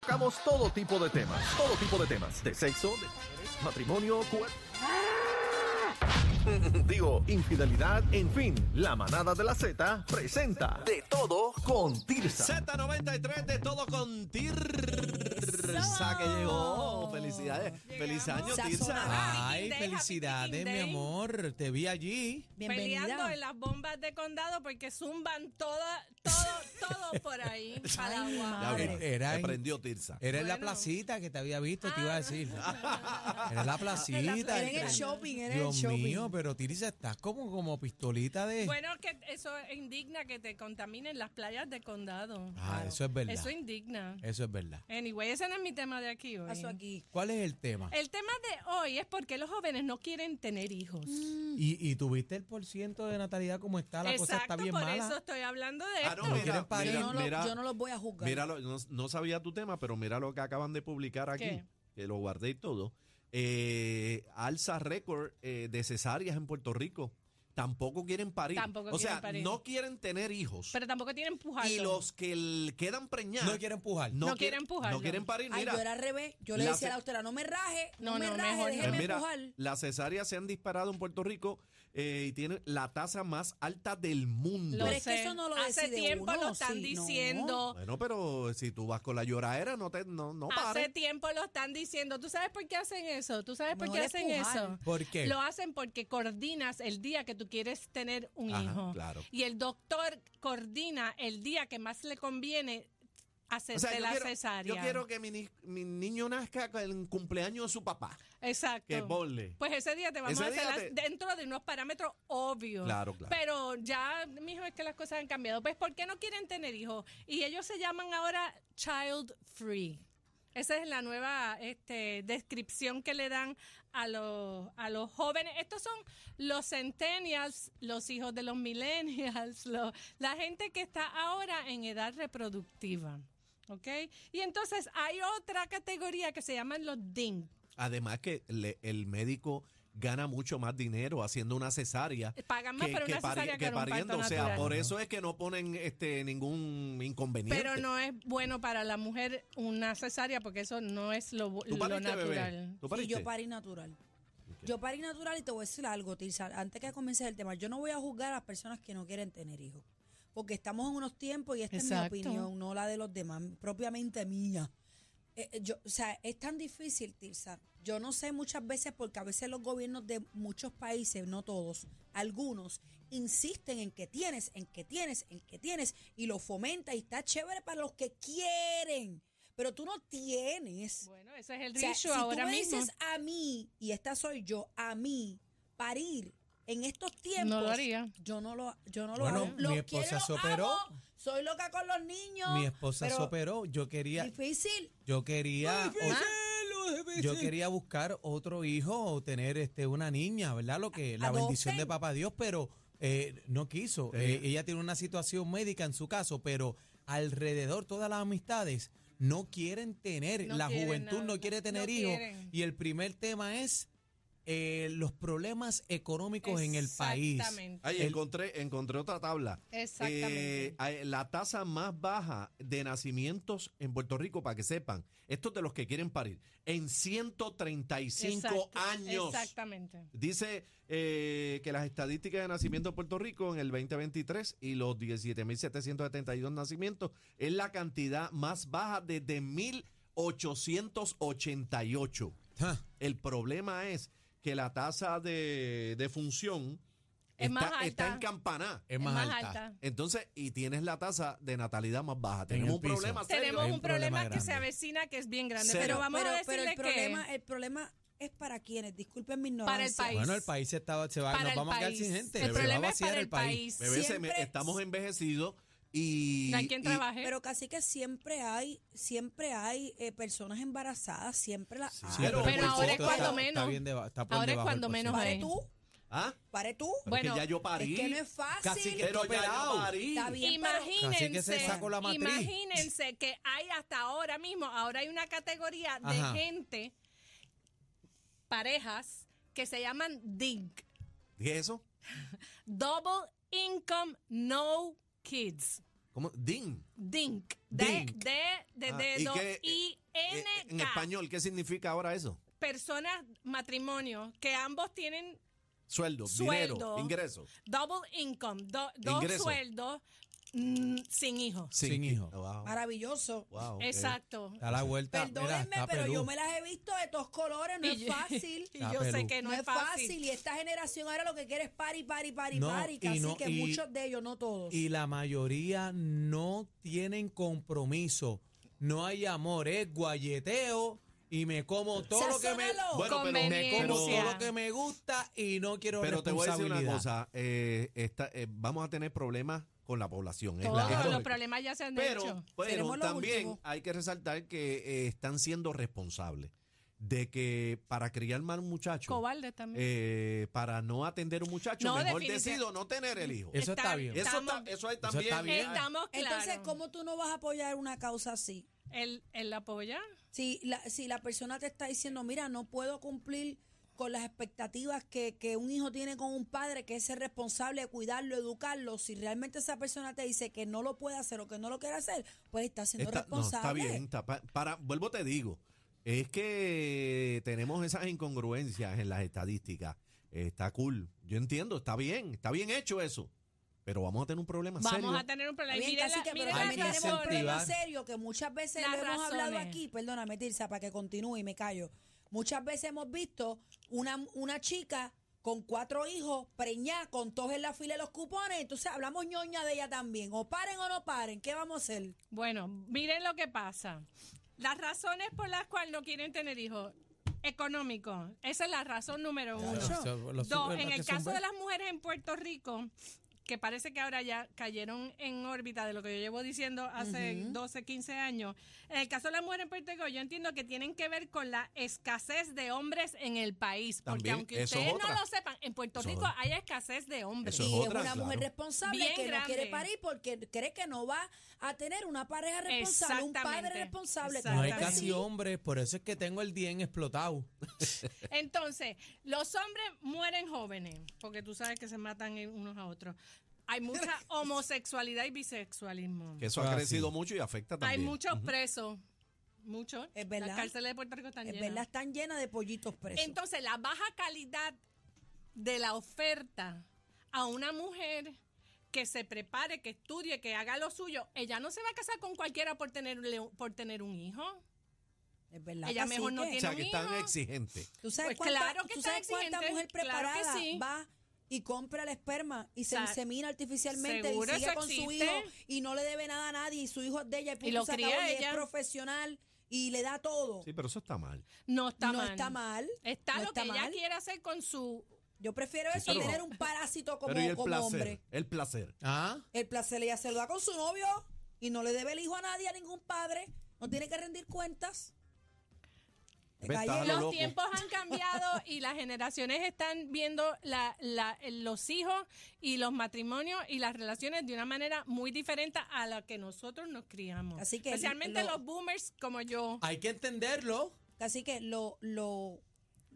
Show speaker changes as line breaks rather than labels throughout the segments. Tocamos todo tipo de temas, todo tipo de temas, de sexo, de mujeres, matrimonio, cuerpo. Digo, infidelidad, en fin, la manada de la Z presenta de todo con Tirsa.
Z93 de todo con Tirsa que llegó. Felicidades. Feliz año,
Sazonada.
Tirsa.
Ay,
Happy Day,
felicidades,
Happy
mi
Day.
amor. Te vi allí.
Bienvenida.
peleando en las bombas de condado porque zumban toda, todo, todo por ahí. al
Ay,
agua.
madre.
Era- era
Te
en-
prendió Tirsa.
Era en la
Bueno. Ah,
placita que te había visto, te iba a decir. Era en la placita.
Era en el shopping, era en el
Dios
shopping.
mío, pero Tirisa, estás como, como pistolita de.
Bueno, que eso indigna que te contaminen las playas de condado.
Ah, eso es verdad.
Eso indigna.
Eso es verdad.
Anyway, ese no es mi tema de aquí hoy.
Paso aquí.
¿Cuál es el tema?
El tema de hoy es por qué los jóvenes no quieren tener hijos.
Mm.
Y, y tuviste el porciento de natalidad como está, Ah, la cosa está
Exacto,
bien
por
mala.
eso estoy hablando de
Ah,
esto.
no,
No
mira,
quieren parir.
mira,
yo, no lo-
mira,
yo no los voy a juzgar.
mira lo- no, no sabía tu tema, pero mira lo que acaban de publicar aquí,
¿Qué?
que lo guardé y todo. Eh, alza récord eh, de cesáreas en Puerto Rico. Tampoco quieren parir.
Tampoco
o sea,
quieren parir.
no quieren tener hijos.
Pero tampoco tienen pujados.
y los que l- quedan preñados
No quieren empujar.
No
qui-
quieren empujarlo.
No quieren parir,
Ay,
mira.
yo era al revés. Yo le
La
decía a
fe-
la doctora, no me raje, no,
No,
me
no,
raje,
mejor no.
déjeme
Pues mira,
empujar.
las cesáreas se han disparado en Puerto Rico eh, y tienen la tasa más alta del mundo.
Lo
Pero es que
sé.
eso no lo
Hace
decide
tiempo
uno,
lo están
sí, no.
diciendo.
Bueno, pero si tú vas con la lloradera, no te no, no
Hace
pares.
tiempo lo están diciendo. ¿Tú sabes por qué hacen eso? ¿Tú sabes por
Mejor
qué hacen
empujar.
eso?
¿Por qué?
Lo hacen porque coordinas el día que tú quieres tener un
Ajá,
hijo.
claro.
Y el doctor coordina el día que más le conviene
O
hacerte
sea, yo
la
quiero,
cesárea.
yo quiero que mi, ni- mi niño nazca con el cumpleaños de su papá.
Exacto.
Que ponle.
Pues ese día te vamos
Ese
a hacer
día
las-
te-
dentro de unos parámetros obvios.
Claro, claro.
Pero ya, mijo, es que las cosas han cambiado. Pues, ¿por qué no quieren tener hijos? Y ellos se llaman ahora child free. Esa es la nueva este, descripción que le dan a los, a los jóvenes. Estos son los centennials, los hijos de los millennials, lo- la gente que está ahora en edad reproductiva. ¿Ok? Y entonces hay otra categoría que se llaman los DIN.
Además que le- el médico gana mucho más dinero haciendo una cesárea
Pagan más
que,
para
que
una
pari-
cesárea que
que
para un
pariendo.
parto
O sea,
natural.
por eso es que no ponen este ningún inconveniente.
Pero no es bueno para la mujer una cesárea porque eso no es lo, bu-
¿Tú
lo
pariste, bebé?
natural.
¿Tú
Y
pariste?
yo parí natural. Yo parí natural y te voy a decir algo, Tirsa, antes que comiences el tema, yo no voy a juzgar a las personas que no quieren tener hijos, porque estamos en unos tiempos y esta
Exacto.
es mi opinión, no la de los demás, propiamente mía. Eh, eh, yo, o sea, es tan difícil, Tirsa. Yo no sé muchas veces porque a veces los gobiernos de muchos países, no todos, algunos, insisten en que tienes, en que tienes, en que tienes y lo fomenta y está chévere para los que quieren, pero tú no tienes.
Bueno, ese es el
O sea,
dicho
si
ahora
tú me
mismo.
dices a mí, y esta soy yo, a mí, parir en estos tiempos.
No lo haría.
Yo no lo, yo no lo
Bueno,
hago.
mi
Lo
esposa
quiero,
se
lo
operó.
amo, soy loca con los niños.
Mi esposa
pero
se operó. Yo quería.
Difícil.
Yo quería.
Difícil,
o- yo quería buscar otro hijo o tener este una niña, ¿verdad? Lo que la
Adopten.
bendición de papá Dios, pero eh, no quiso.
Sí.
Eh, ella tiene una situación médica en su caso, pero alrededor todas las amistades no quieren tener,
No
la
quieren
juventud
nada,
no quiere
no
tener hijos.
quieren.
Y el primer tema es eh, los problemas económicos en el país.
Exactamente.
Ay,
El-
encontré, encontré otra tabla.
Exactamente.
Eh, hay- la tasa más baja de nacimientos en Puerto Rico, para que sepan, estos de los que quieren parir, en 135
Exacto,
años.
Exactamente.
Dice eh, que las estadísticas de nacimiento en Puerto Rico en el 2023 y los 17.772 nacimientos es la cantidad más baja desde 1888.
Ja,
El problema es que la tasa de, de función
Es más
está, está
alta.
en campaná.
es más, alta.
Entonces, y tienes la tasa de natalidad más baja.
En
Tenemos
el
un
piso.
problema serio.
Tenemos
Hay
un,
un
problema,
problema
que se
grande.
avecina que es bien grande.
Serio.
Pero vamos
pero,
a
pero
decirle
el problema,
que
el problema es para quienes, disculpen mi ignorancia.
país.
Bueno, el país estaba, se va,
Para
nos
el
vamos a quedar
país.
sin gente.
El
se va a
problema es
vaciar
para
el
el
país.
país.
Bebé, se me-
Siempre-
estamos envejecidos. Y,
No hay quien
y-
trabaje.
Pero casi que siempre hay, siempre hay eh, personas embarazadas, siempre las hay.
pero
el
ahora es
porcentaje
cuando
está- Está
menos.
bien deba- está por
Ahora es
debajo del
cuando menos
porcentaje.
hay.
Pare tú,
¿ah,
pare tú.
pero es que
Bueno,
ya yo parí.
Es que no es fácil.
Casi que-
pero ya yo
pelado.
parí.
Está bien.
Imagínense,
Así que se sacó la matriz.
imagínense que hay hasta ahora mismo, ahora hay una categoría de
Ajá.
gente, parejas, que se llaman DINK,
¿Y eso?
Double Income No Kids.
¿Cómo? Din.
DINK. De,
Dink.
de, de
Ah, ¿y
dedo
qué, eh,
y
Eh,
N
en español, ¿qué significa ahora eso?
Personas, matrimonio, que ambos tienen
Sueldo, dinero,
Sueldo.
ingreso.
double income, do- dos
Ingreso.
sueldos mm, sin hijos.
Sin hijo.
Wow.
Maravilloso.
Wow, ok.
Exacto.
Está la vuelta. mira,
Perdónenme,
está
pero yo
pelú.
me las he visto de todos colores, no
Y
es
yo-
fácil.
Y
Está
yo sé
pelú.
que no, es fácil.
Y esta generación ahora lo que quiere es pari, pari, pari,
No,
pari.
y
Así
no-
que
y-
muchos de ellos, no todos.
Y la mayoría no tienen compromiso. No hay amor, es guayeteo y me como todo lo que me
Sazónalo.
Bueno, pero-
me como
Conveniencia.
todo lo que me gusta y no quiero
Pero te voy a decir una
responsabilidad.
cosa, eh, esta- eh, vamos a tener problemas con la población. es
Todos
la-
Claro.
los problemas ya se han
Pero, pues,
hecho.
pero
Seremos los
también
últimos.
hay que resaltar que eh, están siendo responsables de que para criar mal un muchacho,
Cobarde también.
eh, para no atender un muchacho,
No,
mejor
definitiva-
decido no tener el hijo.
Eso está
Está-
bien.
Eso,
Estamos-
está- eso ahí
está
también.
bien.
Estamos claros.
Entonces, ¿cómo tú no vas a apoyar una causa así?
¿El, el apoya?
Si la, si la persona te está diciendo, mira, no puedo cumplir con las expectativas que, que un hijo tiene con un padre, que es el responsable de cuidarlo, educarlo, si realmente esa persona te dice que no lo puede hacer o que no lo quiere hacer, pues está siendo
Está- no,
responsable.
está bien. está pa- para, vuelvo te digo, es que tenemos esas incongruencias en las estadísticas. Eh, Está cool. Yo entiendo, está bien, está bien hecho eso. Pero vamos a tener un problema
Vamos
serio.
a tener un problema.
Está bien,
Miren la-
cacique,
miren
pero
la
también
Hay que
tenemos un problema
incentivar.
serio que muchas veces
Las
lo hemos hablado
razones.
aquí, perdóname Tirsa, para que continúe y me callo. Muchas veces hemos visto una, una chica con cuatro hijos, preñada, con todos en la fila de los cupones, entonces hablamos ñoña de ella también, o paren o no paren, ¿qué vamos a hacer?
Bueno, miren lo que pasa. Las razones por las cuales no quieren tener hijos. Económico. Esa es la razón número uno.
Claro, los-
Dos,
los-
en
que
el
son
caso de
ver-
las mujeres en Puerto Rico, que parece que ahora ya cayeron en órbita de lo que yo llevo diciendo hace 12, 15 años. En el caso de las mujeres en Puerto Rico, yo entiendo que tienen que ver con la escasez de hombres en el país. Porque
También,
aunque
eso es
ustedes no
otra.
lo sepan, en Puerto
Eso es
Rico
otra.
hay escasez de hombres.
Eso es
y
otra,
es una mujer
claro.
responsable
Bien
que no
grande.
quiere parir porque cree que no va a tener una pareja responsable, un padre
Exactamente.
responsable.
No hay
claro que
casi
sí.
hombres, por eso es que tengo el 10 explotado.
Entonces, los hombres mueren jóvenes, porque tú sabes que se matan en- unos a otros. Hay mucha homosexualidad y bisexualismo.
Que eso
Ah,
ha
sí.
crecido mucho y afecta
Hay
también.
muchos presos, muchos.
Es verdad.
Las cárceles de Puerto Rico están
Es
llenas.
verdad, están llenas de pollitos presos.
Entonces, la baja calidad de la oferta a una mujer que se prepare, que estudie, que haga lo suyo, ella no se va a casar con cualquiera por tener, por tener un hijo.
es verdad,
ella mejor no
o
cacique.
tiene
sea,
un
que están
hijo.
exigentes.
¿Tú sabes,
Pues
cuánta,
claro que
tú
están
sabes cuánta
exigentes,
mujer
claro que
preparada
sí.
va y compra el esperma y se
Sa-
insemina artificialmente y
Seguro
sigue
eso
con su
existe.
hijo y no le debe nada a nadie y su hijo es de ella y, punto,
lo
se acabó,
cría
y es
ella.
profesional y le da todo.
Sí, pero eso está mal.
No está
no
mal.
está mal.
Está
no
lo que ella
mal.
quiere hacer con su
Yo prefiero eso,
pero-
tener un parásito como,
pero y el
como
placer,
hombre.
el placer.
¿Ah?
El placer ella se lo da con su novio y no le debe el hijo a nadie, a ningún padre. No tiene que rendir cuentas.
Ve, estás a
Gallego.
lo
Los
loco.
tiempos han cambiado y las generaciones están viendo la- la- los hijos y los matrimonios y las relaciones de una manera muy diferente a la que nosotros nos criamos.
Así que
Especialmente
lo-
los boomers como yo.
Hay que entenderlo.
Así que lo, lo,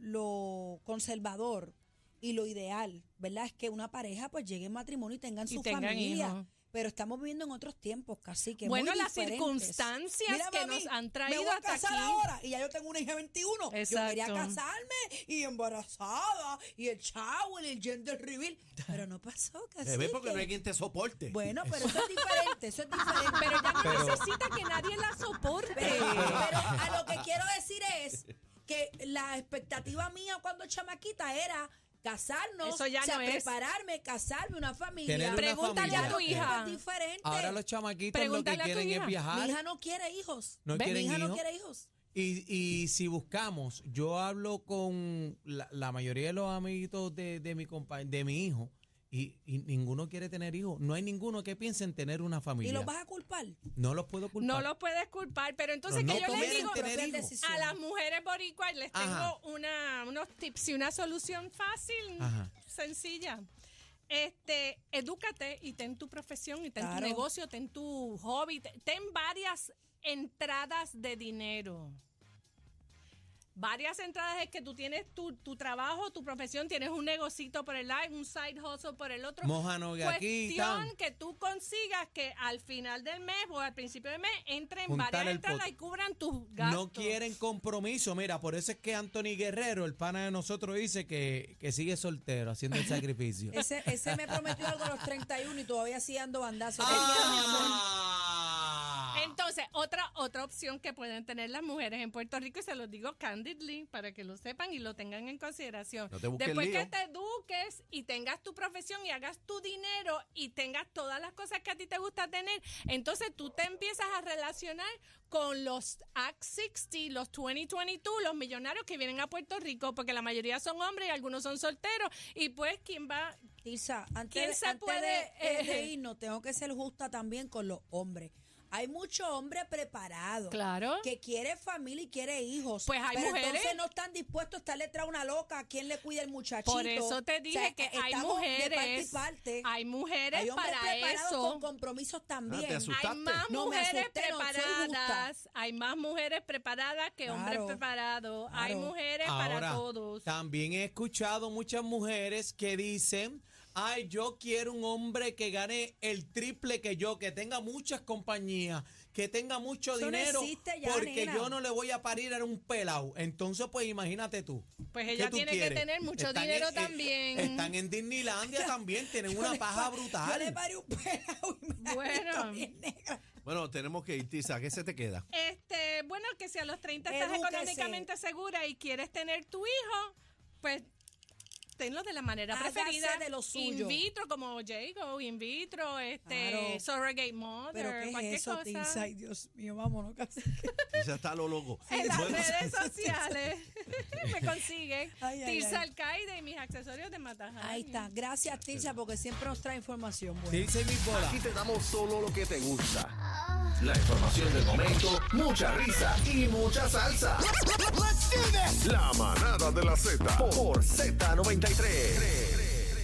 lo conservador y lo ideal, ¿verdad? Es que una pareja pues llegue en matrimonio y tengan
Y
su
tengan
familia.
hijos.
Pero estamos viviendo en otros tiempos, casi que
Bueno,
muy
las
diferentes.
circunstancias
Mira,
que
mami,
nos han
me
traído
voy a
hasta
casar
aquí.
ahora y ya yo tengo una hija de 21. Yo quería
Exacto.
casarme y embarazada y el chavo y el gender reveal, pero no pasó, casi.
Se ve porque no hay quien te soporte.
Bueno, pero eso es diferente, eso es diferente.
Pero ya no
Pero-
necesita que nadie la soporte.
Pero, pero a lo que quiero decir es que la expectativa mía cuando chamaquita era casarnos,
Eso ya
o sea,
no es.
prepararme, casarme, una familia.
Tener una
Pregúntale
familia.
a tu hija.
Es diferente.
Ahora los chamaquitos lo que
Pregúntale a tu
quieren
hija.
es viajar.
Mi hija no quiere hijos.
¿No
Mi
quieren
hija no
hijos?
quiere hijos.
Y, y si buscamos, yo hablo con la, la mayoría de los amiguitos de, de mi compa- de mi hijo, y y, y ninguno quiere tener hijos. No hay ninguno que piense en tener una
¿Y
familia.
los vas a culpar?
No los puedo culpar.
No los puedes culpar, pero entonces
Pero
que
no
yo les
quieren
digo
tener
propias
hijos.
a
decisiones.
las mujeres boricuas les
Ajá.
tengo una, unos tips y una solución fácil,
Ajá.
sencilla. Este, edúcate y ten tu profesión y ten tu
Claro.
negocio, ten tu hobby, te- ten varias entradas de dinero. Varias entradas es que tú tienes tu, tu trabajo, tu profesión, tienes un negocito por el lado, un side hustle por el otro.
Mojano de aquí,
Cuestión
tan.
que tú consigas que al final del mes o al principio del mes entren
Juntar
varias
el
entradas
pot.
y cubran tus gastos.
No quieren compromiso. Mira, por eso es que Anthony Guerrero, el pana de nosotros, dice que, que sigue soltero haciendo el sacrificio.
Ese, ese me prometió algo a los 31 y todavía sigue dando bandazos.
Ah. Entonces, otra, otra opción que pueden tener las mujeres en Puerto Rico, y se los digo candidly para que lo sepan y lo tengan en consideración.
No te busques
Después
lío.
que te eduques y tengas tu profesión y hagas tu dinero y tengas todas las cosas que a ti te gusta tener, entonces tú te empiezas a relacionar con los Act 60, los 2022, los millonarios que vienen a Puerto Rico, porque la mayoría son hombres y algunos son solteros. Y pues, ¿quién va?
Tirsa, antes,
¿Quién
de-
se
antes
puede,
de, de- de
eh,
irnos, tengo que ser justa también con los hombres. Hay mucho hombre preparado
Claro.
que quiere familia y quiere hijos.
Pues hay
pero
mujeres-
entonces no están dispuestos a estar detrás de una loca a quien le cuida el muchachito.
Por eso te
O
dije
sea,
que
eh,
hay
estamos de parte y
mujeres,
parte.
hay mujeres
Hay hombres
para
preparados
eso.
con compromisos también.
te asusté.
Hay
asustaste.
más
No, me
mujeres
asusté, no, soy
preparadas. hay más mujeres preparadas que hombres
Claro,
preparados. Hay
claro.
mujeres para todos.
También he escuchado muchas mujeres que dicen, ay, yo quiero un hombre que gane el triple que yo, que tenga muchas compañías, que tenga mucho
Eso no
dinero,
existe ya,
porque
nena.
yo no le voy a parir a un pelado. Entonces, pues imagínate tú.
Pues
¿qué
ella
tú
tiene que
quieres?
tener mucho
en-
dinero
eh,
también.
Están en Disneylandia también, tienen una
Yo
paja
le
brutal.
paré un pelado y me
Bueno.
bueno. bien negra.
Bueno, tenemos que ir, Tisa. ¿Qué se te queda?
Este, bueno, que si a los 30 estás
Edúquese.
económicamente segura y quieres tener tu hijo, pues tenlo de la manera
Hágase
preferida.
de lo suyo.
In vitro, como Jago, in vitro, este,
Claro.
surrogate mother,
Pero qué
cualquier
es eso,
cosa.
Tirsa. Ay, Dios mío, vámonos casi.
Tisa está lo loco.
En las
Bueno,
redes sociales me consiguen
Ay, ay,
Tirsa
ay.
Alcaide y mis accesorios de Matajá.
Ahí está. Gracias, Tirsa, porque siempre nos trae información buena.
Dice mi bola.
Aquí te damos solo lo que te gusta. La información del momento, mucha risa y mucha salsa. La manada de la Z por Z93.